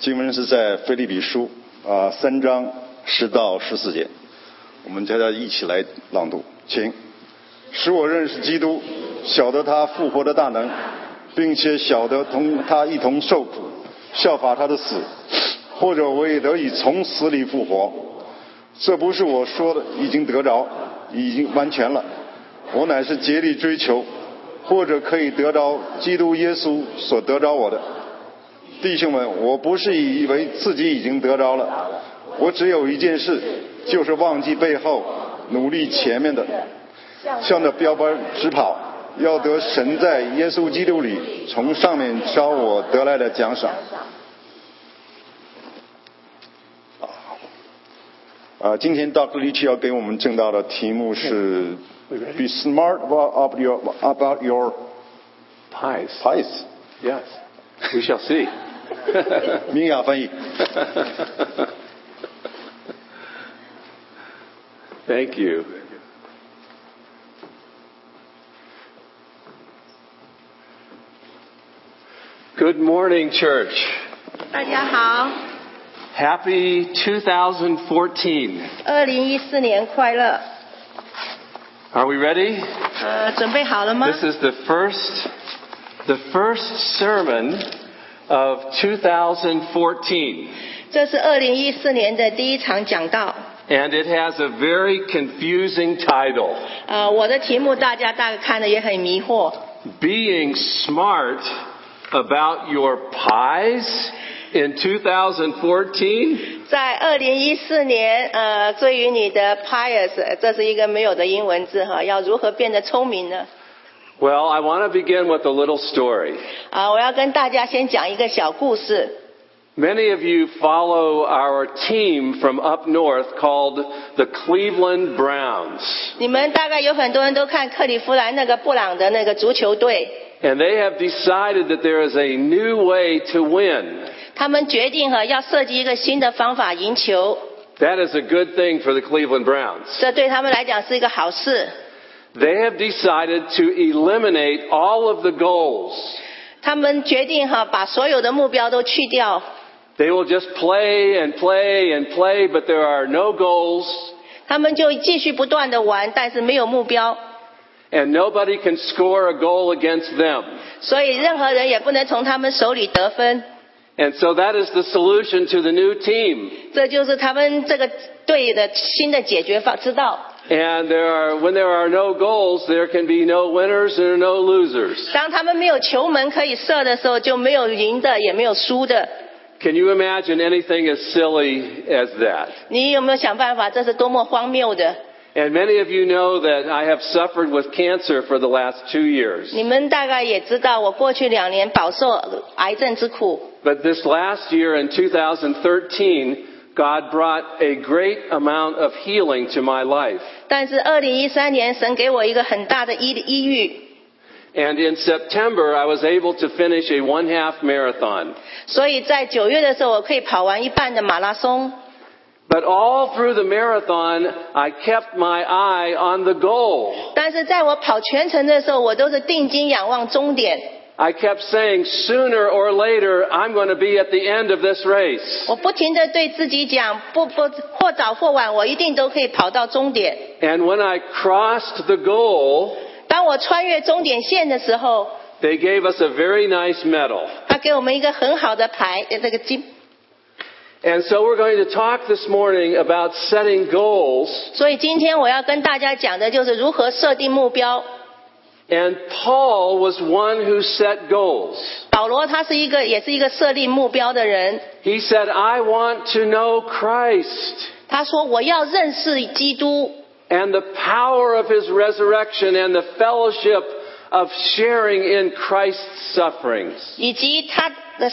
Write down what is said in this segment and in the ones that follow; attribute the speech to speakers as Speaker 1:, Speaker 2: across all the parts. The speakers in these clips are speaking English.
Speaker 1: 经文是在《菲利比书》啊三章十到十四节，我们大家一起来朗读，请使我认识基督，晓得他复活的大能，并且晓得同他一同受苦，效法他的死，或者我也得以从死里复活。这不是我说的已经得着，已经完全了，我乃是竭力追求，或者可以得着基督耶稣所得着我的。弟兄们，我不是以为自己已经得着了，我只有一件事，就是忘记背后，努力前面的，向着标杆直跑，要得神在耶稣基督里从上面招我得来的奖赏。啊，今天 Dr. Lee 要给我们正道的题目是
Speaker 2: 嗯
Speaker 1: “Be smart about your about your
Speaker 2: Pies.
Speaker 1: pies”，
Speaker 2: Yes. We shall see.
Speaker 1: 明雅翻译。
Speaker 2: Thank you. Good morning, church.
Speaker 3: 大家好，
Speaker 2: Happy 2014.
Speaker 3: 二零一四年快乐！
Speaker 2: Are we ready?
Speaker 3: 呃，准备好了吗？
Speaker 2: This is the first the first sermon of 2014.
Speaker 3: 这是二零一四年的第一场讲道。
Speaker 2: And it has a very confusing title.
Speaker 3: 呃，我的题目大家大概看的也很迷惑，
Speaker 2: being smart about your pies in 2014?
Speaker 3: 在二零一四年，呃，对于你的 pious，这是一个没有的英文字哈，要如何变得聪明呢？
Speaker 2: Well, I want to begin with a little story.
Speaker 3: 啊、我要跟大家先讲一个小故事。
Speaker 2: Many of you follow our team from up north called the Cleveland Browns,
Speaker 3: 你们大概有很多人都看克利夫兰那个布朗的那个足球队，
Speaker 2: and they have decided that there is a new way to win.
Speaker 3: 他们决定哈要设计一个新的方法赢球，
Speaker 2: That is a good thing for the Cleveland Browns.
Speaker 3: 这对他们来讲是一个好事。
Speaker 2: They have decided to eliminate all of the goals.
Speaker 3: 他们决定哈把所有的目标都去掉，
Speaker 2: They will just play and play and play, but there are no goals,
Speaker 3: 他们就继续不断的玩，但是没有目标，
Speaker 2: and nobody can score a goal against them.
Speaker 3: 所以任何人也不能从他们手里得分。
Speaker 2: And so that is the solution to the new team.
Speaker 3: 这就是他们这个队的新的解决方之道。
Speaker 2: And there are, when there are no goals, there can be no winners and no losers.
Speaker 3: 当他们没有球门可以射的时候，就没有赢的，也没有输的。
Speaker 2: Can you imagine anything as silly as that?
Speaker 3: 你有没有想办法？这是多么荒谬的！
Speaker 2: And many of you know that I have suffered with cancer for the last two years.
Speaker 3: 你们大概也知道，我过去两年饱受癌症之苦。
Speaker 2: But this last year in 2013, God brought a great amount of healing to my life.
Speaker 3: 但是，二零一三年神给我一个很大的医医愈，
Speaker 2: And in September, I was able to finish a one half marathon.
Speaker 3: 所以在九月的时候，我可以跑完一半的马拉松。
Speaker 2: But all through the marathon, I kept my eye on the goal.
Speaker 3: 但是在我跑全程的时候，我都是定睛仰望终点，
Speaker 2: I kept saying, sooner or later, I'm going to be at the end of this race.
Speaker 3: 我不停的对自己讲，不不，或早或晚，我一定都可以跑到终点。
Speaker 2: And when I crossed the goal,
Speaker 3: 当我穿越终点线的时候，
Speaker 2: they gave us a very nice medal.
Speaker 3: 他给我们一个很好的牌，呃这个金。
Speaker 2: And so we're going to talk this morning about setting goals.
Speaker 3: 所以今天我要跟大家讲的就是如何设定目标。
Speaker 2: And Paul was one who set goals.
Speaker 3: 保罗他是一个，也是一个设立目标的人。
Speaker 2: He said, I want to know Christ.
Speaker 3: 他说：“我要认识基督，
Speaker 2: and the power of his resurrection and the fellowship of sharing in Christ's sufferings.
Speaker 3: 以及他的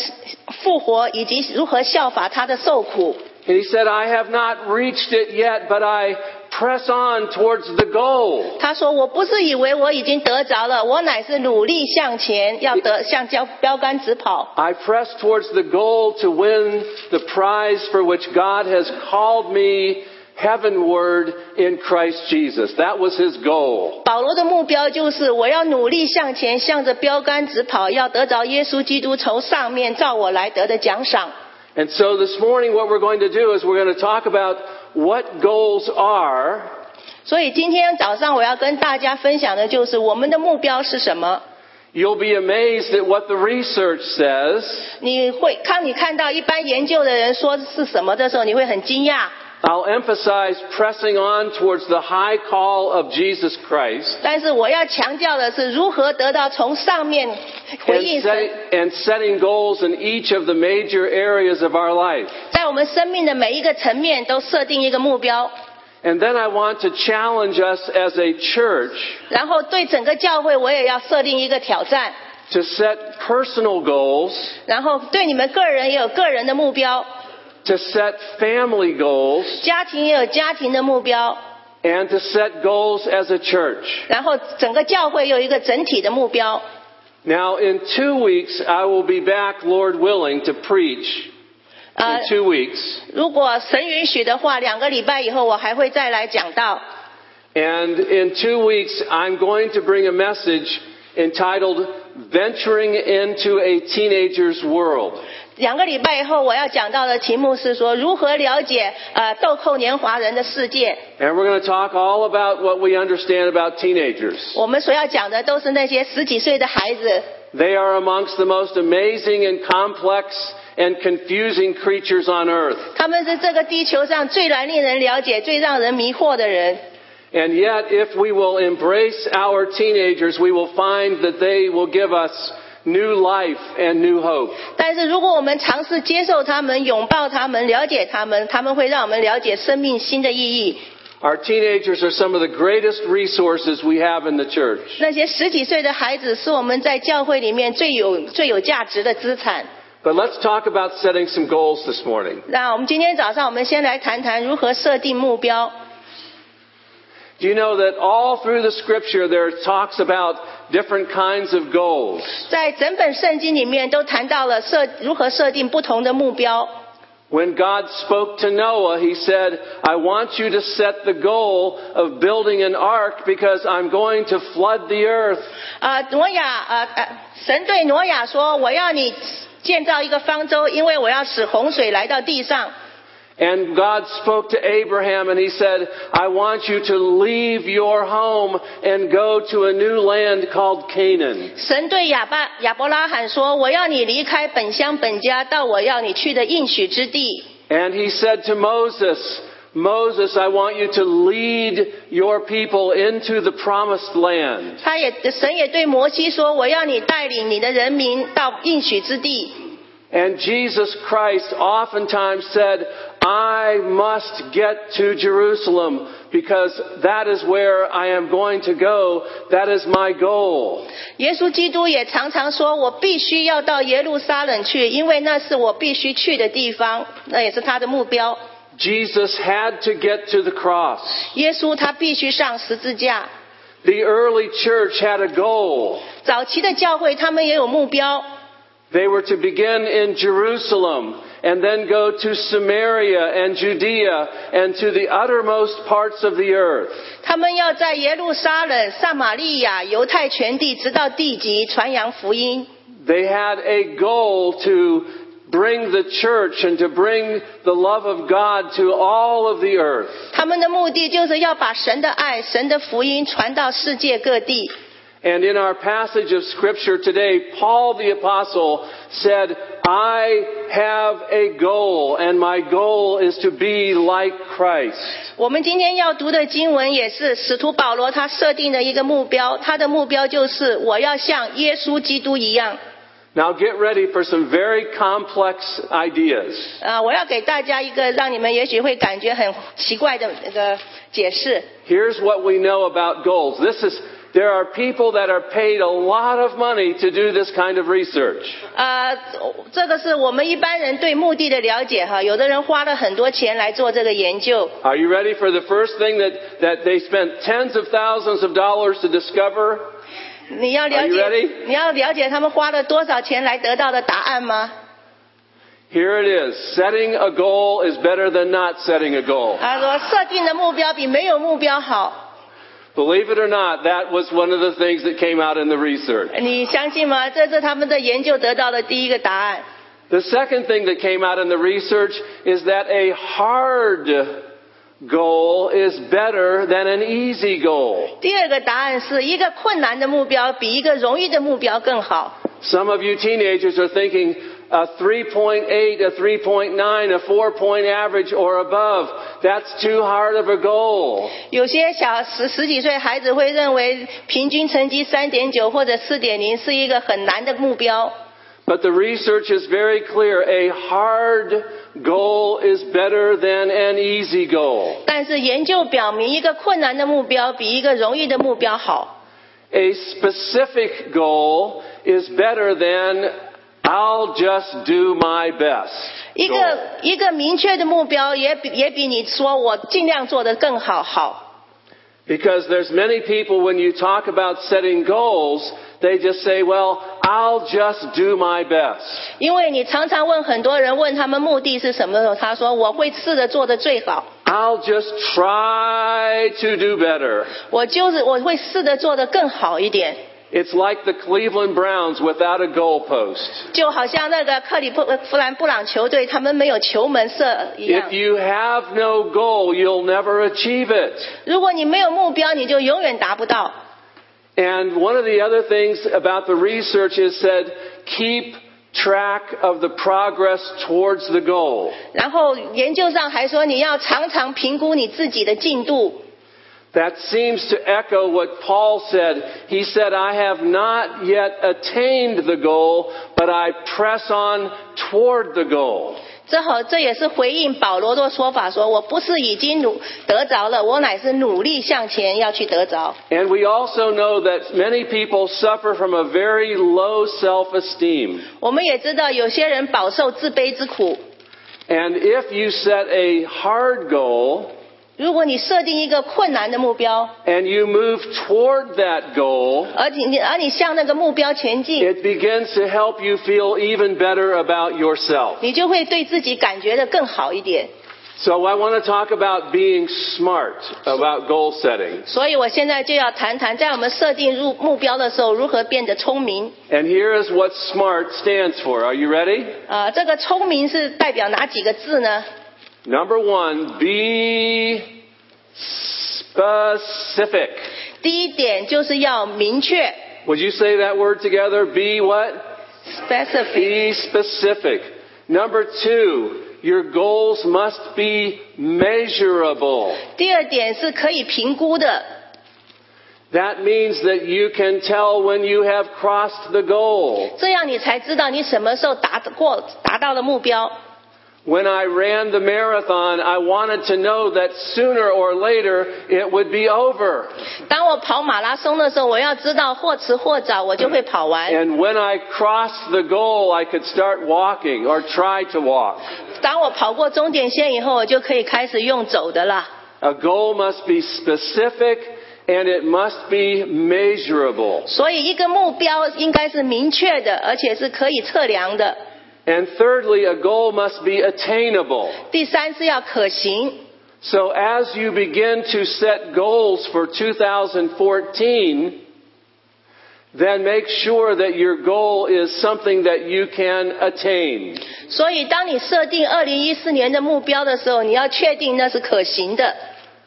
Speaker 3: 复活，以及如何效法他的受苦。”
Speaker 2: And he said, I have not reached it yet, but I press on towards the goal.
Speaker 3: 他说：“我不是以为我已经得着了，我乃是努力向前，要得向标标杆直跑。
Speaker 2: I press towards the goal to win the prize for which God has called me heavenward in Christ Jesus. That was his goal. ”
Speaker 3: 保罗的目标就是我要努力向前，向着标杆直跑，要得着耶稣基督从上面照我来得的奖赏。
Speaker 2: And so this morning, what we're going to do is we're going to talk about what goals are.
Speaker 3: 所以今天早上我要跟大家分享的就是我们的目标是什么。
Speaker 2: You'll be amazed at what the research says.
Speaker 3: 你会看你看到一般研究的人说是什么的时候，你会很惊讶。
Speaker 2: I'll emphasize pressing on towards the high call of Jesus Christ
Speaker 3: 但是我要强调的是，如何得到从上面回
Speaker 2: and, setting,
Speaker 3: 应神，
Speaker 2: and setting goals in each of the major areas of our life.
Speaker 3: 在我们生命的每一个层面都设定一个目标，
Speaker 2: And then I want to challenge us as a church
Speaker 3: 然后对整个教会我也要设定一个挑战，
Speaker 2: to set personal goals
Speaker 3: 然后对你们个人也有个人的目标，
Speaker 2: to set family goals
Speaker 3: 家庭也有家庭的目标，
Speaker 2: and to set goals as a church.
Speaker 3: 然后整个教会有一个整体的目标。
Speaker 2: Now, in two weeks, I will be back, Lord willing, to preach.
Speaker 3: 呃
Speaker 2: In，two weeks.
Speaker 3: 如果神允许的话，两个礼拜以后我还会再来讲到。
Speaker 2: And in two weeks, I'm going to bring a message entitled Venturing into a Teenager's World.
Speaker 3: 两个礼拜以后我要讲到的题目是说如何了解呃豆蔻年华人的世界。
Speaker 2: And we're going to talk all about what we understand about teenagers.
Speaker 3: 我们所要讲的都是那些十几岁的孩子，
Speaker 2: They are amongst the most amazing and complex and confusing creatures on earth.
Speaker 3: 他们是这个地球上最难令人了解、最让人迷惑的人。
Speaker 2: And yet, if we will embrace our teenagers, we will find that they will give us new life and new hope.
Speaker 3: 但是如果我们尝试接受他们、拥抱他们、了解他们，他们会让我们了解生命新的意义。
Speaker 2: Our teenagers are some of the greatest resources we have in the church.
Speaker 3: 那些十几岁的孩子是我们在教会里面最有最有价值的资产。
Speaker 2: But let's talk about setting some goals this morning.
Speaker 3: 那我们今天早上，我们先来谈谈如何设定目标。
Speaker 2: Do you know that all through the scripture there are talks about different kinds of goals?
Speaker 3: 在整本圣经里面都谈到了设如何设定不同的目标。
Speaker 2: When God spoke to Noah, he said, I want you to set the goal of building an ark because I'm going to flood the earth.
Speaker 3: 啊，挪亚，呃呃，神对挪亚说：“我要你建造一个方舟，因为我要使洪水来到地上。
Speaker 2: And God spoke to Abraham and he said, I want you to leave your home and go to a new land called Canaan. ”
Speaker 3: 神对亚巴亚伯拉罕说：“我要你离开本乡本家，到我要你去的应许之地。
Speaker 2: And he said to Moses, Moses, I want you to lead your people into the promised ” land.
Speaker 3: 他也神也对摩西说：“我要你带领你的人民到应许之地。
Speaker 2: And Jesus Christ oftentimes said, I must get to Jerusalem because that is where I am going to go. That is my goal. ”
Speaker 3: 耶稣基督也常常说：“我必须要到耶路撒冷去，因为那是我必须去的地方，那也是他的目标。
Speaker 2: Jesus had to get to the cross. ”
Speaker 3: 耶稣他必须上十字架。
Speaker 2: The early church had a goal.
Speaker 3: 早期的教会，他们也有目标，
Speaker 2: They were to begin in Jerusalem and then go to Samaria and Judea and to the uttermost parts of the earth.
Speaker 3: 他们要在耶路撒冷、撒玛利亚、犹太全地，直到地极传扬福音。
Speaker 2: They had a goal to bring the church and to bring the love of God to all of the earth.
Speaker 3: 他们的目的就是要把神的爱、神的福音传到世界各地。
Speaker 2: And in our passage of scripture today, Paul the apostle said, I have a goal and my goal is to be like Christ.
Speaker 3: 我们今天要读的经文也是使徒保罗他设定的一个目标，他的目标就是我要像耶稣基督一样。
Speaker 2: Now get ready for some very complex ideas.
Speaker 3: 啊、我要给大家一个让你们也许会感觉很奇怪的那个解释。
Speaker 2: Here's what we know about goals. This is, there are people that are paid a lot of money to do this kind of research.
Speaker 3: 呃，这个是我们一般人对目的的了解哈。有的人花了很多钱来做这个研究。
Speaker 2: Are you ready for the first thing that, that they spent tens of thousands of dollars to discover?
Speaker 3: 你要了
Speaker 2: Are you
Speaker 3: 解
Speaker 2: ready?，
Speaker 3: 你要了解他们花了多少钱来得到的答案吗？
Speaker 2: Here it is. Setting a goal is better than not setting a goal.
Speaker 3: 他说，设定的目标比没有目标好。
Speaker 2: Believe it or not, that was one of the things that came out in the research.
Speaker 3: 你相信吗？这是他们的研究得到的第一个答案。
Speaker 2: The second thing that came out in the research is that a hard goal is better than an easy goal.
Speaker 3: 第二个答案是一个困难的目标比一个容易的目标更好。
Speaker 2: Some of you teenagers are thinking a 3.8, a 3.9, a 4 point average or above. That's too hard of a goal.
Speaker 3: 有些小十十几岁孩子会认为平均成绩三点九或者四点零是一个很难的目标，
Speaker 2: But the research is very clear. A hard goal is better than an easy goal.
Speaker 3: 但是研究表明，一个困难的目标比一个容易的目标好。
Speaker 2: A specific goal is better than I'll just do my best.
Speaker 3: 一个一个明确的目标也比也比你说我尽量做得更好好，
Speaker 2: Because there's many people when you talk about setting goals, they just say, well, I'll just do my best.
Speaker 3: 因为你常常问很多人问他们目的是什么时候，他说我会试着做得最好，
Speaker 2: I'll just try to do better.
Speaker 3: 我就是我会试着做得更好一点，
Speaker 2: It's like the Cleveland Browns without a goalpost.
Speaker 3: 就好像那个克里布弗兰布朗球队他们没有球门射一样
Speaker 2: If。you have no goal, you'll never achieve it.
Speaker 3: 如果你没有目标，你就永远达不到。
Speaker 2: And one of the other things about the research is said, keep track of the progress towards the goal.
Speaker 3: 然后研究上还说，你要常常评估你自己的进度。
Speaker 2: That seems to echo what Paul said. He said, I have not yet attained the goal, but I press on toward the goal.
Speaker 3: 这好，这也是回应保罗的说法说我不是已经努得着了，我乃是努力向前要去得着。
Speaker 2: And we also know that many people suffer from a very low self-esteem.
Speaker 3: 我们也知道，有些人饱受自卑之苦。
Speaker 2: And if you set a hard goal
Speaker 3: 如果你设定一个困难的目标，
Speaker 2: and you move toward that goal,
Speaker 3: 而且你而你向那个目标前进，
Speaker 2: It begins to help you feel even better about yourself.
Speaker 3: 你就会对自己感觉的更好一点。
Speaker 2: So I want to talk about being smart about goal setting.
Speaker 3: 所以我现在就要谈谈，在我们设定入目标的时候，如何变得聪明。
Speaker 2: And here is what smart stands for. Are you ready?
Speaker 3: 呃，这个聪明是代表哪几个字呢？
Speaker 2: Number one, be specific.
Speaker 3: 第一点就是要明确
Speaker 2: Would you say that word together? Be what?
Speaker 3: （specific）。
Speaker 2: Be specific. Number two, your goals must be measurable.
Speaker 3: 第二点是可以评估的，
Speaker 2: That means that you can tell when you have crossed the goal.
Speaker 3: 这样你才知道你什么时候达得过达到了目标。
Speaker 2: When I ran the marathon, I wanted to know that sooner or later it would be over.
Speaker 3: 当我跑马拉松的时候，我要知道或迟或早我就会跑完。
Speaker 2: And when I crossed the goal, I could start walking or try to walk.
Speaker 3: 当我跑过终点线以后，我就可以开始用走的了。
Speaker 2: A goal must be specific and it must be measurable.
Speaker 3: 所以，一个目标应该是明确的，而且是可以测量的。
Speaker 2: And thirdly, a goal must be attainable.
Speaker 3: 第三是要可行。
Speaker 2: So as you begin to set goals for 2014, then make sure that your goal is something that you can attain.
Speaker 3: 所以，当你设定二零一四年的目标的时候，你要确定那是可行的。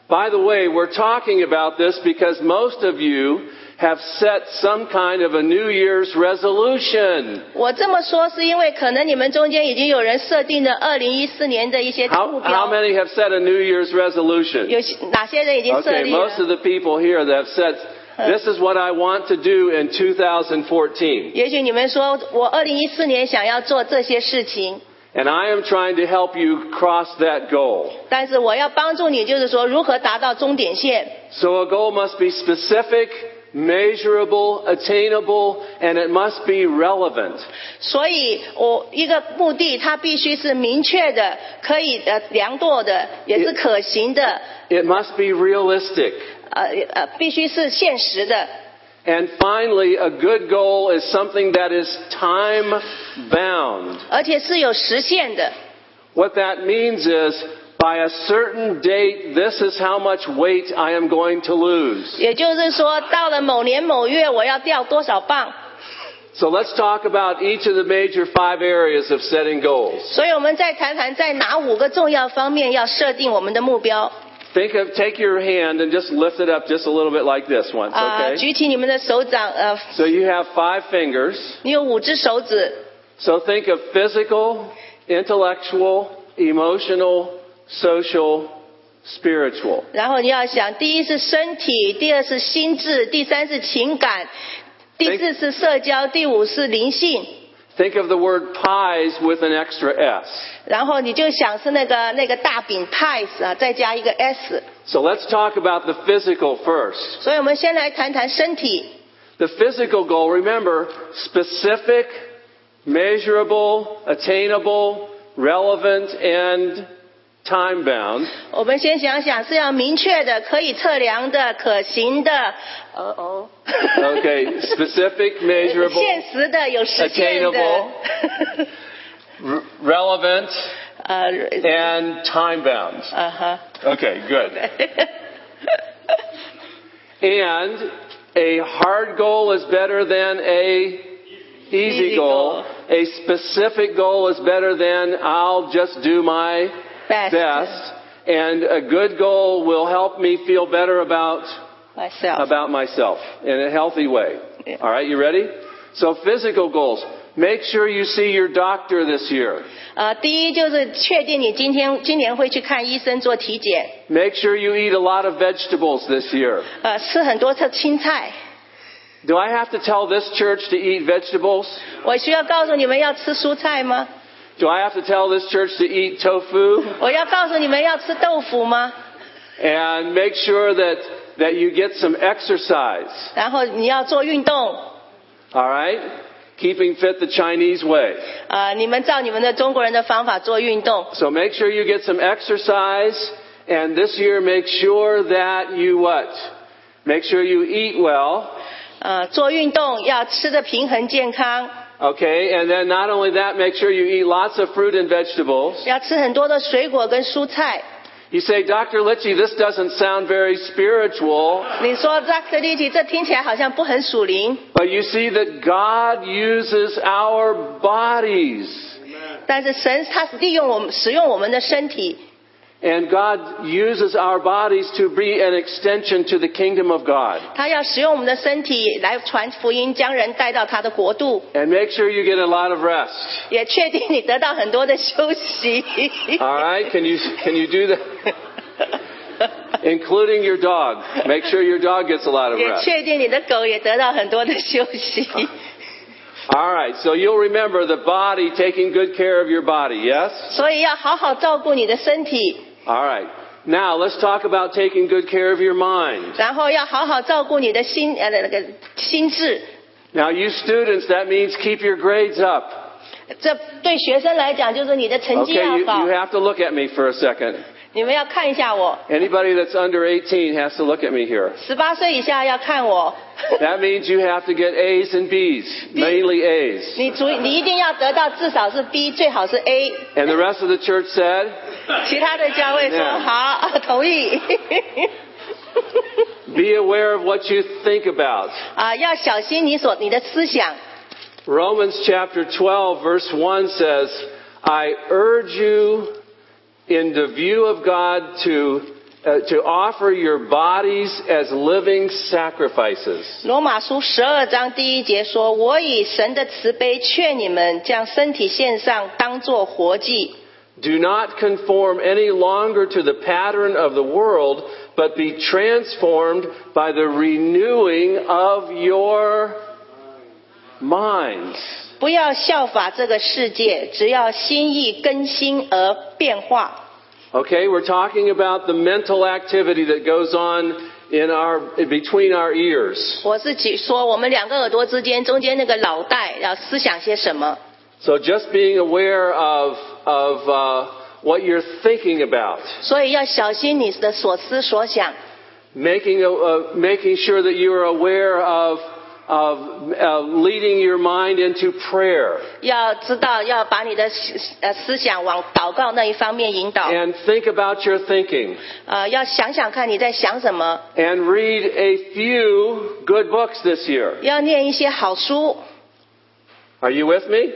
Speaker 2: By the way, we're talking about this because most of you have set some kind of a New Year's resolution.
Speaker 3: 我这么说是因为可能你们中间已经有人设定了二零一四年的一些目
Speaker 2: How, how
Speaker 3: 标，
Speaker 2: many have set a New Year's resolution?
Speaker 3: 有些哪些人已经设
Speaker 2: Okay,
Speaker 3: 立了
Speaker 2: most？of the people here that have said, this is what I want to do in 2014.
Speaker 3: 也许你们说我二零一四年想要做这些事情，
Speaker 2: And I am trying to help you cross that goal.
Speaker 3: 但是我要帮助你，就是说如何达到终点线。
Speaker 2: So a goal must be specific, measurable, attainable, and it must be relevant.
Speaker 3: 所以我一个目的，它必须是明确的、可以呃量度的，也是可行的，
Speaker 2: It must be realistic.
Speaker 3: 呃呃，必须是现实的。
Speaker 2: And finally, a good goal is something that is time bound.
Speaker 3: 而且是有实现的。
Speaker 2: What that means is, by a certain date, this is how much weight I am going to lose.
Speaker 3: 也就是说，到了某年某月，我要掉多少磅，
Speaker 2: So let's talk about each of the major five areas of setting goals.
Speaker 3: 所以我们再谈谈在哪五个重要方面要设定我们的目标。
Speaker 2: Think of, take your hand and just lift it up just a little bit like this once,
Speaker 3: 啊、
Speaker 2: okay?
Speaker 3: 举起你们的手掌，呃，
Speaker 2: So you have five fingers.
Speaker 3: 你有五只手指，
Speaker 2: So think of physical, intellectual, emotional, social, spiritual.
Speaker 3: 然后你要想，第一是身体，第二是心智，第三是情感，第四是社交，第五是灵性。
Speaker 2: Think of the word pies with an extra S.
Speaker 3: 然后你就想是那个那个大饼派啊，再加一个 s。
Speaker 2: So let's talk about the physical first.
Speaker 3: 所以我们先来谈谈身体。
Speaker 2: The physical goal, remember, specific, measurable, attainable, relevant, and time bound.
Speaker 3: 我们先想想是要明确的、可以测量的、可行的，呃哦，
Speaker 2: Okay, specific,
Speaker 3: 现
Speaker 2: measurable,
Speaker 3: 实的、有实现的
Speaker 2: r- relevant,
Speaker 3: 呃
Speaker 2: and time bound.
Speaker 3: 呃哈，
Speaker 2: Okay, good. and a hard goal is better than a easy
Speaker 3: Easy
Speaker 2: goal.
Speaker 3: goal.
Speaker 2: A specific goal is better than I'll just do my
Speaker 3: Best.
Speaker 2: best. And a good goal will help me feel better about
Speaker 3: myself。
Speaker 2: about myself in a healthy way.
Speaker 3: Yeah.
Speaker 2: All right, you ready? So physical goals. Make sure you see your doctor this year.
Speaker 3: 呃，第一就是确定你今天今年会去看医生做体检，
Speaker 2: Make sure you eat a lot of vegetables this year.
Speaker 3: 呃，吃很多次青菜。
Speaker 2: Do I have to tell this church to eat vegetables?
Speaker 3: 我需要告诉你们要吃蔬菜吗？
Speaker 2: Do I have to tell this church to eat tofu
Speaker 3: 我要告诉你们要吃豆腐吗？
Speaker 2: and make sure that, that you get some exercise?
Speaker 3: 然后你要做运动，
Speaker 2: All right? Keeping fit the Chinese way.
Speaker 3: 呃，你们照你们的中国人的方法做运动。
Speaker 2: So make sure you get some exercise and this year make sure that you what? Make sure you eat well.
Speaker 3: 呃，做运动要吃的平衡健康，
Speaker 2: Okay, and then not only that, make sure you eat lots of fruit and vegetables.
Speaker 3: 要吃很多的水果跟蔬菜。
Speaker 2: You say, Dr. Litchie, this doesn't sound very spiritual.
Speaker 3: 你说 Dr. l i t 这听起来好像不很属灵，
Speaker 2: But you see that God uses our bodies.
Speaker 3: 但是神他是利用我们使用我们的身体，
Speaker 2: And God uses our bodies to be an extension to the kingdom of God.
Speaker 3: 他要使用我们的身体来传福音，将人带到他的国度，
Speaker 2: And make sure you get a lot of rest.
Speaker 3: 也确定你得到很多的休息。
Speaker 2: All right? Can you can you do that? Including your dog. Make sure your dog gets a lot of
Speaker 3: 也
Speaker 2: rest.
Speaker 3: 确定你的狗也得到很多的休息。
Speaker 2: All right. So you'll remember the body, taking good care of your body. Yes.
Speaker 3: 所以要好好照顾你的身体，
Speaker 2: All right. Now let's talk about taking good care of your mind.
Speaker 3: 然后要好好照顾你的心呃那个心智。
Speaker 2: Now you students, that means keep your grades up.
Speaker 3: 这对学生来讲就是你的成
Speaker 2: Okay.
Speaker 3: 绩要
Speaker 2: You,
Speaker 3: 好
Speaker 2: you。have to look at me for a second.
Speaker 3: 你们要看一下我，
Speaker 2: Anybody that's under 18 has to look at me here.
Speaker 3: 十八岁以下要看我。
Speaker 2: That means you have to get A's and B's, mainly A's.
Speaker 3: 你足你一定要得到至少是 B，最好是 A。
Speaker 2: And the rest of the church said,
Speaker 3: 其他的教会说
Speaker 2: Yeah.
Speaker 3: 好，同意。
Speaker 2: be aware of what you think about.
Speaker 3: 啊，要小心你所你的思想。
Speaker 2: Romans chapter 12 verse 1 says, I urge you in the view of God to uh, to offer your bodies as living sacrifices.
Speaker 3: 罗马书十二章第一节说：“我以神的慈悲劝你们，将身体献上，当作活祭，
Speaker 2: Do not conform any longer to the pattern of the world, but be transformed by the renewing of your minds.
Speaker 3: 不要效法这个世界，只要心意更新而变化。
Speaker 2: Okay, we're talking about the mental activity that goes on in our between our ears. ”
Speaker 3: 我是指说我们两个耳朵之间中间那个脑袋要思想些什么。
Speaker 2: So just being aware of of uh, what you're thinking about,
Speaker 3: 所以要小心你的所思所想，
Speaker 2: making a, uh, making sure that you are aware of of uh, leading your mind into prayer.
Speaker 3: 要知道要把你的思呃思想往祷告那一方面引导。
Speaker 2: and think about your thinking
Speaker 3: 呃，要想想看你在想什么，
Speaker 2: and read a few good books this year.
Speaker 3: 要念一些好书。
Speaker 2: Are you with me?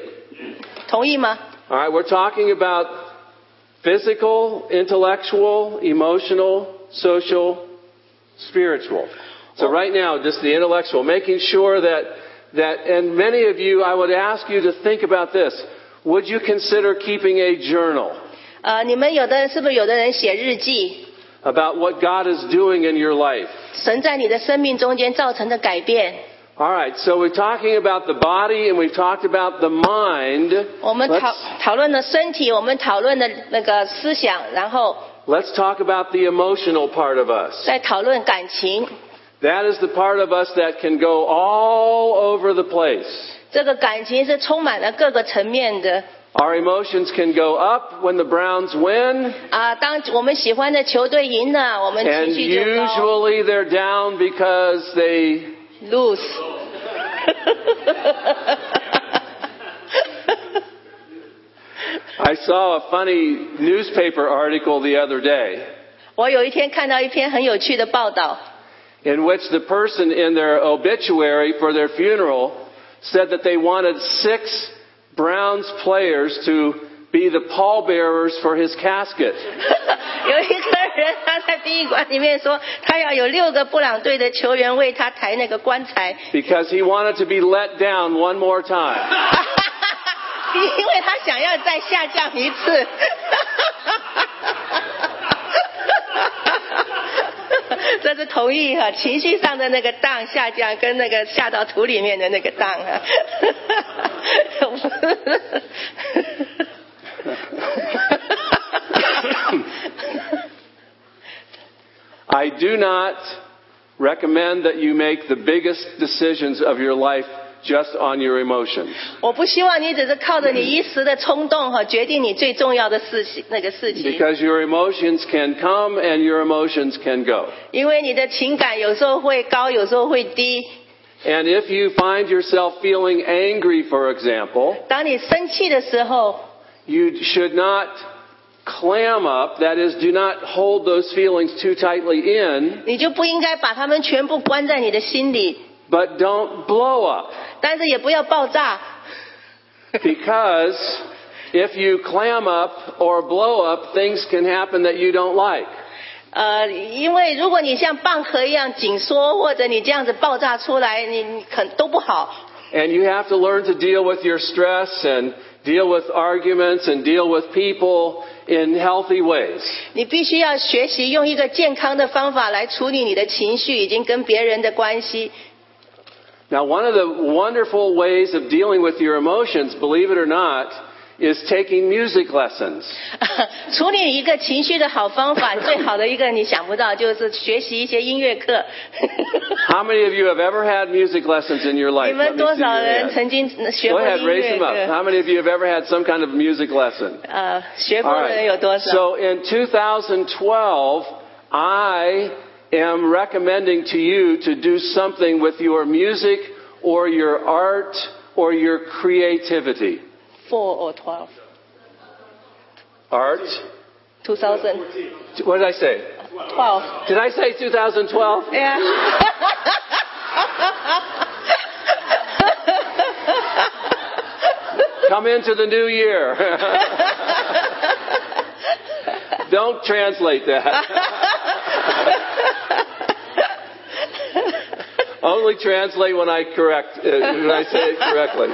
Speaker 3: 同意吗？
Speaker 2: All right, we're talking about physical, intellectual, emotional, social, spiritual. So right now, just the intellectual, making sure that that and many of you I would ask you to think about this. Would you consider keeping a journal
Speaker 3: 呃，你们有的人是不是有的人写日记？
Speaker 2: about what God is doing in your life?
Speaker 3: 神在你的生命中间造成的改变。
Speaker 2: All right, so we're talking about the body and we've talked about the mind.
Speaker 3: 我们讨
Speaker 2: Let's,
Speaker 3: 讨论了身体，我们讨论了那个思想，然后
Speaker 2: let's talk about the emotional part of us.
Speaker 3: 再讨论感情。
Speaker 2: That is the part of us that can go all over the place.
Speaker 3: 这个感情是充满了各个层面的
Speaker 2: Our emotions can go up when the Browns win,
Speaker 3: 啊。当我们喜欢的球队赢了，我们
Speaker 2: and
Speaker 3: 情绪就高
Speaker 2: usually they're down because they
Speaker 3: lose。
Speaker 2: I saw a funny newspaper article the other day
Speaker 3: 我有一天看到一篇很有趣的报道，
Speaker 2: in which the person in their obituary for their funeral said that they wanted six Browns players to be the pallbearers for his casket.
Speaker 3: 有一个人他在殡仪馆里面说，他要有六个布朗队的球员为他抬那个棺材，
Speaker 2: Because he wanted to be let down one more time.
Speaker 3: 因为他想要再下降一次。 这是同意哈、情绪上的那个荡下降，跟那个下到土里面的那个荡哈、
Speaker 2: I do not recommend that you make the biggest decisions of your life just on your emotions.
Speaker 3: 我不希望你只是靠着你一时的冲动哈、决定你最重要的事情那个事情。
Speaker 2: Because your emotions can come and your emotions can go.
Speaker 3: 因为你的情感有时候会高，有时候会低。
Speaker 2: And if you find yourself feeling angry, for example,
Speaker 3: 当你生气的时候，
Speaker 2: you should not clam up. That is, do not hold those feelings too tightly in,
Speaker 3: 你就不应该把它们全部关在你的心里，
Speaker 2: but don't blow up.
Speaker 3: 但是也不要爆炸，
Speaker 2: Because if you clam up or blow up, things can happen that you don't like.
Speaker 3: 呃，因为如果你像蚌壳一样紧缩，或者你这样子爆炸出来，你你肯都不好。
Speaker 2: And you have to learn to deal with your stress and deal with arguments and deal with people in healthy ways.
Speaker 3: 你必须要学习用一个健康的方法来处理你的情绪，已经跟别人的关系。
Speaker 2: Now, one of the wonderful ways of dealing with your emotions, believe it or not, is taking music lessons.
Speaker 3: 处理一个情绪的好方法，最好的一个你想不到，就是学习一些音乐课。
Speaker 2: How many of you have ever had music lessons in your
Speaker 3: 你
Speaker 2: life?
Speaker 3: 们
Speaker 2: Let me
Speaker 3: 多
Speaker 2: see
Speaker 3: 少
Speaker 2: your
Speaker 3: 人
Speaker 2: hand.
Speaker 3: 曾经学
Speaker 2: Go
Speaker 3: 过
Speaker 2: ahead,
Speaker 3: 音
Speaker 2: raise
Speaker 3: 乐呃
Speaker 2: them up.
Speaker 3: 课？
Speaker 2: How many of you have ever had some kind of music lesson?
Speaker 3: 呃，学
Speaker 2: All
Speaker 3: 过的人
Speaker 2: right.
Speaker 3: 有多少？
Speaker 2: So in 2012, I am recommending to you to do something with your music or your art or your creativity.
Speaker 3: Four or twelve,
Speaker 2: Art?
Speaker 3: two thousand
Speaker 2: What did I say?
Speaker 3: twelve.
Speaker 2: Did I say 2012?
Speaker 3: Yeah.
Speaker 2: Come into the new year. Don't translate that. Only translate when I correct uh, when I say it correctly.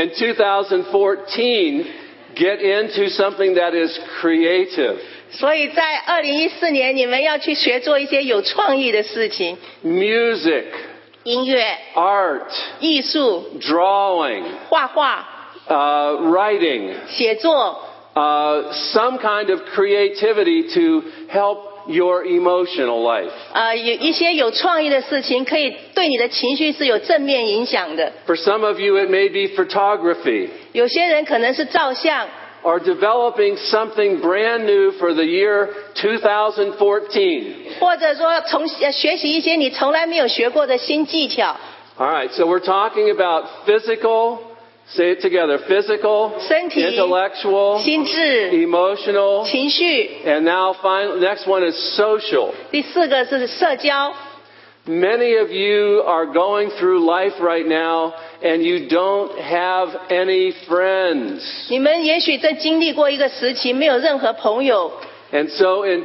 Speaker 2: In 2014, get into something that is creative.
Speaker 3: 所以在二零一四年，你们要去学做一些有创意的事情，
Speaker 2: Music,
Speaker 3: 音乐、
Speaker 2: art,
Speaker 3: 艺术、
Speaker 2: drawing,
Speaker 3: 画画、
Speaker 2: uh, writing,
Speaker 3: 写作，
Speaker 2: uh, some kind of creativity to help your emotional life.
Speaker 3: 呃，有一些有创意的事情，可以对你的情绪是有正面影响的。
Speaker 2: For some of you, it may be photography
Speaker 3: 有些人可能是照相，
Speaker 2: or developing something brand new for the year 2014.
Speaker 3: 或者说从呃学习一些你从来没有学过的新技巧。
Speaker 2: All right, so we're talking about physical, say it together, physical,
Speaker 3: 身体、
Speaker 2: intellectual,
Speaker 3: 心智、
Speaker 2: emotional,
Speaker 3: 情绪。
Speaker 2: and now final, next one is social.
Speaker 3: 第四个是社交。
Speaker 2: Many of you are going through life right now and you don't have any friends.
Speaker 3: 你们也许正经历过一个时期，没有任何朋友。
Speaker 2: And so in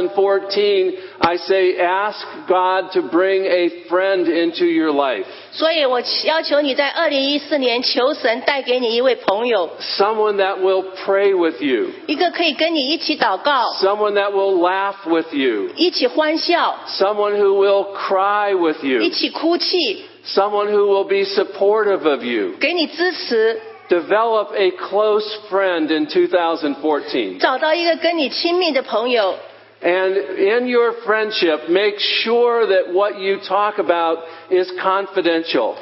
Speaker 2: 2014, I say ask God to bring a friend into your life.
Speaker 3: 所以我要求你在二零一四年求神带给你一位朋友，
Speaker 2: Someone that will pray with you.
Speaker 3: 一个可以跟你一起祷告、
Speaker 2: Someone that will laugh with you.
Speaker 3: 一起欢笑、
Speaker 2: Someone who will cry with
Speaker 3: 一
Speaker 2: you.
Speaker 3: 起哭泣，
Speaker 2: Someone who will be supportive of you.
Speaker 3: 给你支持，
Speaker 2: Develop a close friend in 2014.
Speaker 3: 找到一个跟你亲密的朋友。
Speaker 2: And in your friendship, make sure that what you talk about is confidential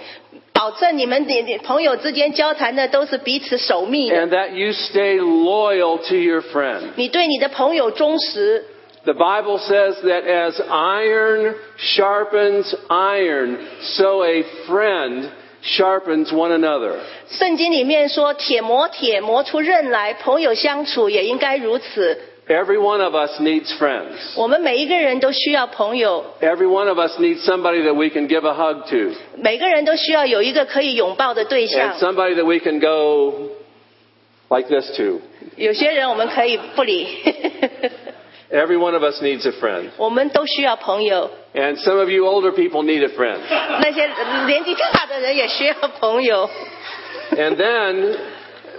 Speaker 3: 保证你们你你朋友之间交谈的都是彼此守密的，
Speaker 2: and that you stay loyal to your friend.
Speaker 3: 你对你的朋友忠实。
Speaker 2: The Bible says that as iron sharpens iron, so a friend sharpens one another.
Speaker 3: 圣经里面说：“铁磨铁，磨出刃来。”朋友相处也应该如此。
Speaker 2: Every one of us needs friends.
Speaker 3: 我们每一个人都需要朋友，
Speaker 2: Every one of us needs somebody that we can give a hug to
Speaker 3: 每个人都需要有一个可以拥抱的对
Speaker 2: and
Speaker 3: 象。
Speaker 2: somebody that we can go like this to.
Speaker 3: 有些人我们可以不理，
Speaker 2: Every one of us needs a friend.
Speaker 3: 我们都需要朋友。
Speaker 2: And some of you older people need a friend.
Speaker 3: 那些年纪大的人也需要朋友。
Speaker 2: And then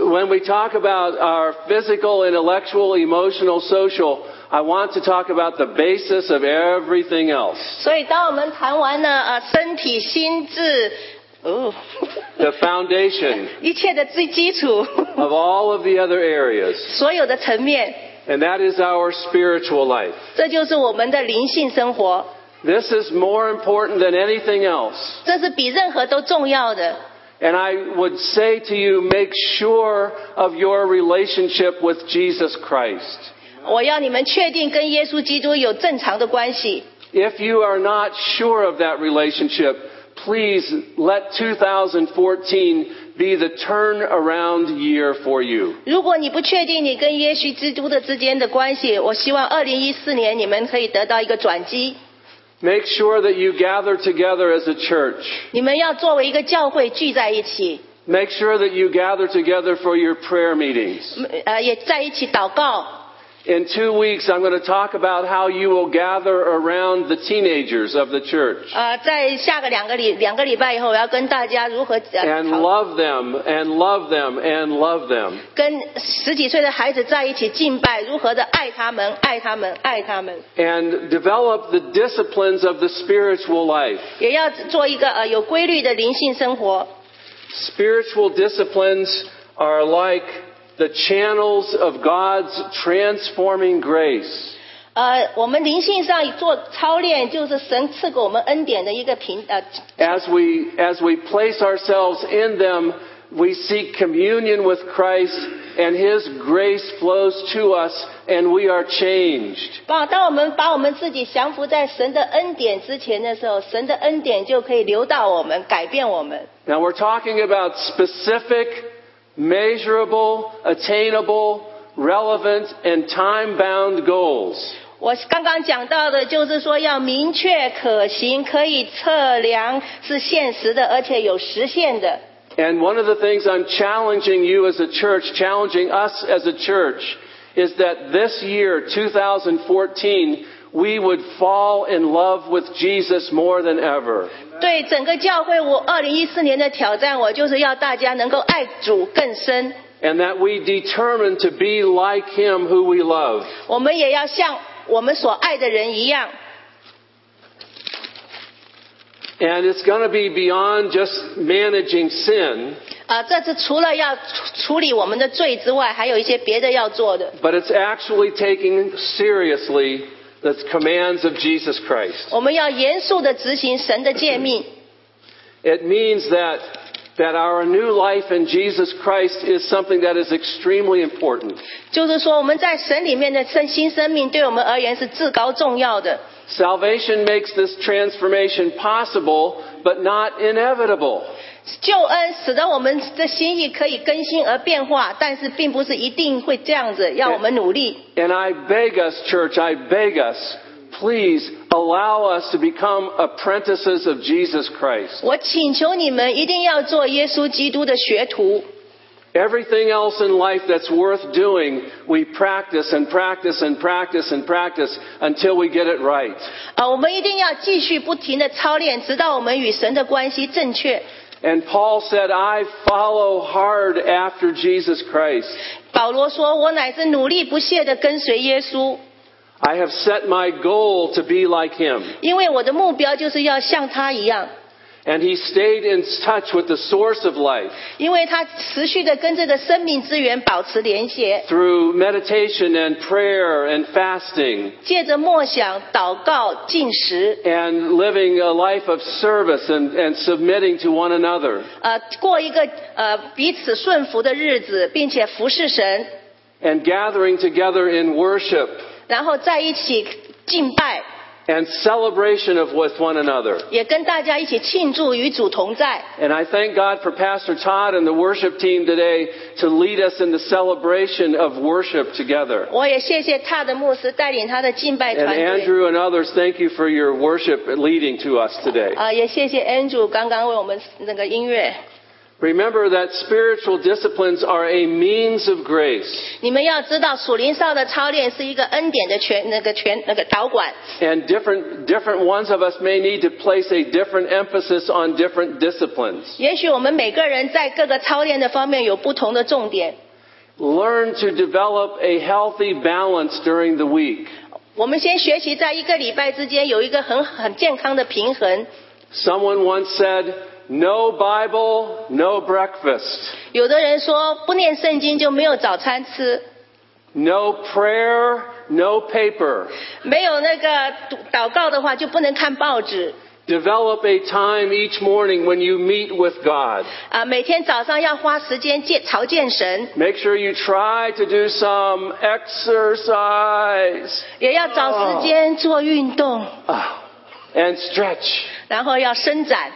Speaker 2: when we talk about our physical, intellectual, emotional, social, I want to talk about the basis of everything else.
Speaker 3: 所以，当我们谈完了呃身体、心智，哦，
Speaker 2: The foundation
Speaker 3: 一切的最基础，
Speaker 2: of all of the other areas.
Speaker 3: 所有的层面，
Speaker 2: And that is our spiritual life.
Speaker 3: 这就是我们的灵性生活，
Speaker 2: This is more important than anything else.
Speaker 3: 这是比任何都重要的。
Speaker 2: And I would say to you, make sure of your relationship with Jesus Christ.
Speaker 3: 我要你们确定跟耶稣基督有正常的关系。
Speaker 2: If you are not sure of that relationship, please let 2014 be the turnaround year for you.
Speaker 3: 如果你不确定你跟耶稣基督的之间的关系，我希望二零一四年你们可以得到一个转机。
Speaker 2: Make sure that you gather together as a church.
Speaker 3: 你们要作为一个教会聚在一起，
Speaker 2: Make sure that you gather together for your prayer meetings.
Speaker 3: 呃，也在一起祷告。
Speaker 2: In two weeks, I'm going to talk about how you will gather around the teenagers of the church
Speaker 3: 呃，在下个两个礼两个礼拜以后，我要跟大家如何呃
Speaker 2: and
Speaker 3: 讨
Speaker 2: love them and love them and love them.
Speaker 3: 跟十几岁的孩子在一起敬拜，如何的爱他们，爱他们，爱他们，
Speaker 2: and develop the disciplines of the spiritual life.
Speaker 3: 也要做一个呃有规律的灵性生活。
Speaker 2: Spiritual disciplines are like the channels of God's transforming grace.
Speaker 3: 呃，我们灵性上做操练，就是神赐给我们恩典的一个平呃
Speaker 2: As we, as we place ourselves in them, we seek communion with Christ and His grace flows to us and we are changed.
Speaker 3: 把当我们把我们自己降服在神的恩典之前的时候，神的恩典就可以流到我们，改变我们。
Speaker 2: Now we're talking about specific, measurable, attainable, relevant, and time-bound goals.
Speaker 3: 我刚刚讲到的就是说要明确可行，可以测量，是现实的，而且有实现的。
Speaker 2: And one of the things I'm challenging you as a church, challenging us as a church, is that this year, 2014, we would fall in love with Jesus more than ever.
Speaker 3: 对整个教会，我二零一四年的挑战，我就是要大家能够爱主更深，
Speaker 2: And that we determine to be like Him who we love.
Speaker 3: 我们也要像我们所爱的人一样。
Speaker 2: And it's going to be beyond just managing sin,
Speaker 3: 啊，这次除了要处处理我们的罪之外，还有一些别的要做的。
Speaker 2: but it's actually taking seriously the commands of Jesus Christ.
Speaker 3: 我们要严肃地执行神的诫命，
Speaker 2: It means that, that our new life in Jesus Christ is something that is extremely important.
Speaker 3: 就是说我们在神里面的生新生命，对我们而言是至高重要的。
Speaker 2: Salvation makes this transformation possible, but not inevitable.
Speaker 3: 救恩使得我们的心意可以更新而变化，但是并不是一定会这样子，要我们努力。
Speaker 2: And I beg us, church, I beg us, please allow us to become apprentices of Jesus Christ.
Speaker 3: 我请求你们一定要做耶稣基督的学徒。
Speaker 2: Everything else in life that's worth doing, we practice and practice and practice and practice until we get it right.
Speaker 3: 啊，我们一定要继续不停的操练，直到我们与神的关系正确。
Speaker 2: And Paul said, I follow hard after Jesus Christ.
Speaker 3: 保罗说：“我乃是努力不懈的跟随耶稣，
Speaker 2: I have set my goal to be like him.
Speaker 3: 因为我的目标就是要像他一样。
Speaker 2: And he stayed in touch with the source of life
Speaker 3: 因为他持续的跟这个生命资源保持连结，
Speaker 2: through meditation and prayer and fasting
Speaker 3: 借着默想、祷告、进食，
Speaker 2: and living a life of service and, and submitting to one another.
Speaker 3: 呃，过一个呃彼此顺服的日子，并且服侍神，
Speaker 2: and gathering together in worship
Speaker 3: 然后在一起敬拜，
Speaker 2: and celebration of with one another.
Speaker 3: 也跟大家一起庆祝与主同在。
Speaker 2: And I thank God for Pastor Todd and the worship team today to lead us in the celebration of worship together.
Speaker 3: 我也谢谢他的牧师带领他的敬拜
Speaker 2: And
Speaker 3: 团队，
Speaker 2: Andrew and others, thank you for your worship leading to us today.
Speaker 3: 啊、也谢谢 Andrew 刚刚为我们那个音乐。
Speaker 2: Remember that spiritual disciplines are a means of grace,
Speaker 3: 你们要知道，属灵少的操练是一个恩典的权，那个权那个导管。
Speaker 2: and different, different ones of us may need to place a different emphasis on different disciplines.
Speaker 3: 也许我们每个人在各个操练的方面有不同的重点。
Speaker 2: Learn to develop a healthy balance during the week.
Speaker 3: 我们先学习在一个礼拜之间有一个很很健康的平衡。
Speaker 2: Someone once said, No Bible, no breakfast.
Speaker 3: 有的人说不念圣经就没有早餐吃，
Speaker 2: No prayer, no paper.
Speaker 3: 没有那个读祷告的话就不能看报纸
Speaker 2: Develop a time each morning when you meet with God.
Speaker 3: 啊。每天早上要花时间见朝见神，
Speaker 2: Make sure you try to do some exercise
Speaker 3: 也要找时间做运动，
Speaker 2: Ah, and stretch.
Speaker 3: 然后要伸展，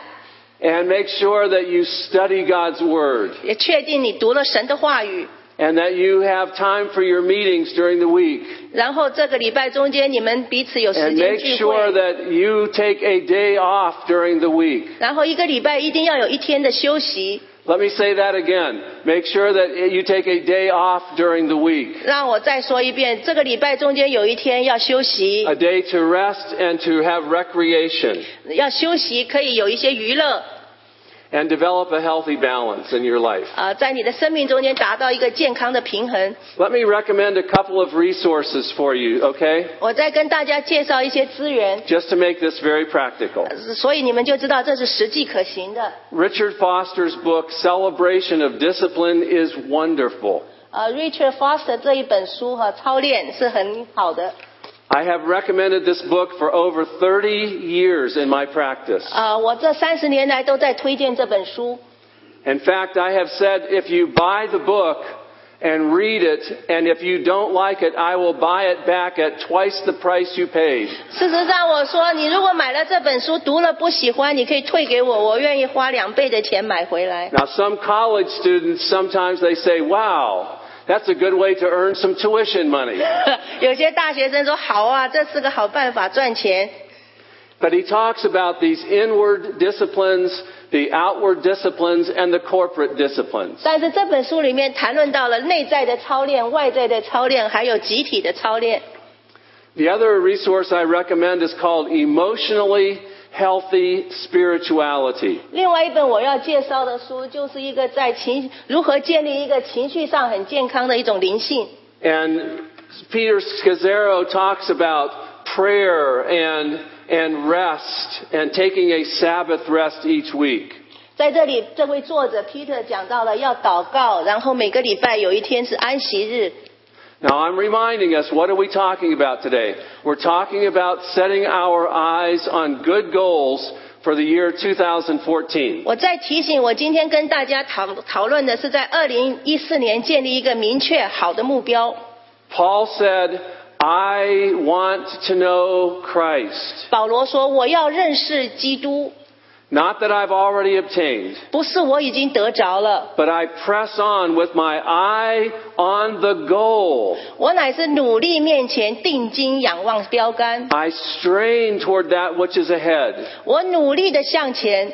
Speaker 2: And make sure that you study God's Word
Speaker 3: 也确定你读了神的话语。
Speaker 2: and that you have time for your meetings during the week.
Speaker 3: 然后这个礼拜中间你们彼此有时
Speaker 2: And
Speaker 3: 间
Speaker 2: make
Speaker 3: 聚
Speaker 2: sure
Speaker 3: 会，
Speaker 2: that you take a day off during the week.
Speaker 3: 然后一个礼拜一定要有一天的休息。
Speaker 2: Let me say that again. Make sure that you take a day off during the week,
Speaker 3: 让我再说一遍，这个礼拜中间有一天要休息，
Speaker 2: a day to rest and to have recreation,
Speaker 3: 要休息可以有一些娱乐，
Speaker 2: and develop a healthy balance in your life.
Speaker 3: 呃，在你的生命中间达到一个健康的平衡。
Speaker 2: Let me recommend a couple of resources for you, okay?
Speaker 3: 我再跟大家介绍一些资源，
Speaker 2: Just to make this very practical.
Speaker 3: 所以你们就知道这是实际可行的。
Speaker 2: Richard Foster's book, Celebration of Discipline, is wonderful.
Speaker 3: 呃，Richard Foster 这一本书和操练是很好的。
Speaker 2: I have recommended this book for over 30 years in my practice.
Speaker 3: 呃，我这三十年来都在推荐这本书。
Speaker 2: In fact, I have said if you buy the book and read it, and if you don't like it, I will buy it back at twice the price you paid.
Speaker 3: 事实上，我说你如果买了这本书，读了不喜欢，你可以退给我，我愿意花两倍的钱买回来。
Speaker 2: Now, some college students sometimes they say, wow, that's a good way to earn some tuition money.
Speaker 3: 有些大学生说好啊，这是个好办法赚钱。
Speaker 2: But he talks about these inward disciplines, the outward disciplines, and the corporate disciplines.
Speaker 3: 但是这本书里面谈论到了内在的操练、外在的操练，还有集体的操练。
Speaker 2: The other resource I recommend is called Emotionally Healthy Spirituality.
Speaker 3: 另外一本我要介绍的书，就是一个在情如何建立一个情绪上很健康的一种灵性。
Speaker 2: And Peter Scazzaro talks about prayer and, and rest and taking a Sabbath rest each week.
Speaker 3: 在这里，这位作者 Peter 讲到了要祷告，然后每个礼拜有一天是安息日。
Speaker 2: Now I'm reminding us, what are we talking about today? We're talking about setting our eyes on good goals for the year 2014.
Speaker 3: 我再提醒，我今天跟大家讨讨论的是在二零一四年建立一个明确好的目标。
Speaker 2: Paul said, I want to know Christ.
Speaker 3: 保罗说：“我要认识基督。”
Speaker 2: Not that I've already obtained,
Speaker 3: 不是我已经得着了，
Speaker 2: but I press on with my eye on the goal.
Speaker 3: 我乃是努力面前定睛仰望标杆，
Speaker 2: I strain toward that which is ahead.
Speaker 3: 我努力的向前，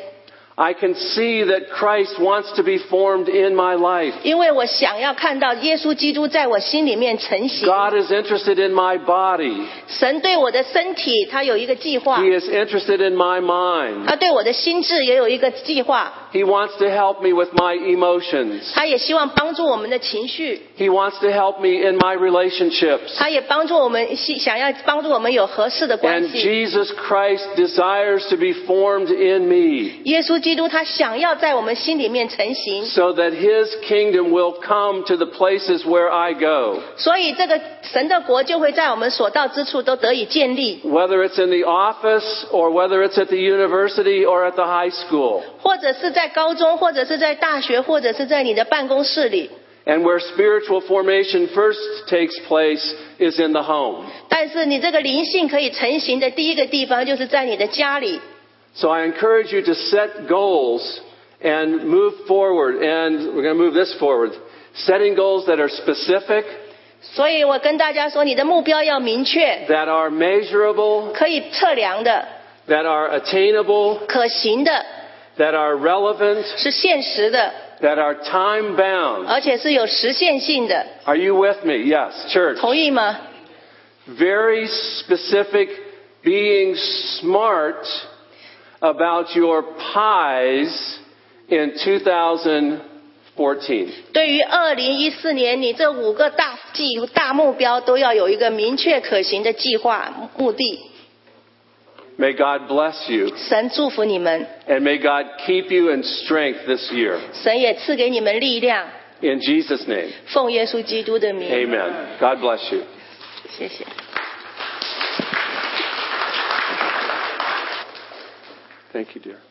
Speaker 2: I can see that Christ wants to be formed in my life.
Speaker 3: 因为我想要看到耶稣基督在我心里面成型。
Speaker 2: God is interested in my body.
Speaker 3: 神对我的身体，他有一个计划
Speaker 2: He，is interested in my mind.
Speaker 3: 他对我的心智也有一个计划，
Speaker 2: He wants to help me with my emotions.
Speaker 3: 他也希望帮助我们的情绪，
Speaker 2: He wants to help me in my relationships.
Speaker 3: 他也帮助我们希想要帮助我们有合适的关
Speaker 2: And
Speaker 3: 系。
Speaker 2: Jesus Christ desires to be formed in me
Speaker 3: 耶稣基督他想要在我们心里面成型，
Speaker 2: so that his kingdom will come to the places where I go.
Speaker 3: 所以这个神的国就会在我们所到之处都得以建立，
Speaker 2: Whether it's in the office or whether it's at the university or at the high school.
Speaker 3: 或者是在高中，或者是在大学，或者是在你的办公室里。
Speaker 2: And where spiritual formation first takes place is in the home.
Speaker 3: 但是你这个灵性可以成型的第一个地方，就是在你的家里。
Speaker 2: So I encourage you to set goals and move forward. And we're going to move this forward. Setting goals that are specific,
Speaker 3: 所以我跟大家说，你的目标要明确，
Speaker 2: that are measurable,
Speaker 3: 可以测量的、
Speaker 2: that are attainable,
Speaker 3: 可行的、
Speaker 2: that are relevant,
Speaker 3: 是现实的，
Speaker 2: that are time bound.
Speaker 3: 而且是有实现性的，
Speaker 2: Are you with me? Yes, church.
Speaker 3: 同意吗？
Speaker 2: Very specific, being smart about your pies in 2014.
Speaker 3: 对于二零一四年，你这五个大计大目标都要有一个明确可行的计划目的。
Speaker 2: May God bless you.
Speaker 3: 神祝福你们，
Speaker 2: And may God keep you in strength this year.
Speaker 3: 神也赐给你们力量。
Speaker 2: In Jesus' name,
Speaker 3: 奉耶稣基督的名，
Speaker 2: amen. God bless you.
Speaker 3: 谢谢。
Speaker 2: Thank you, dear.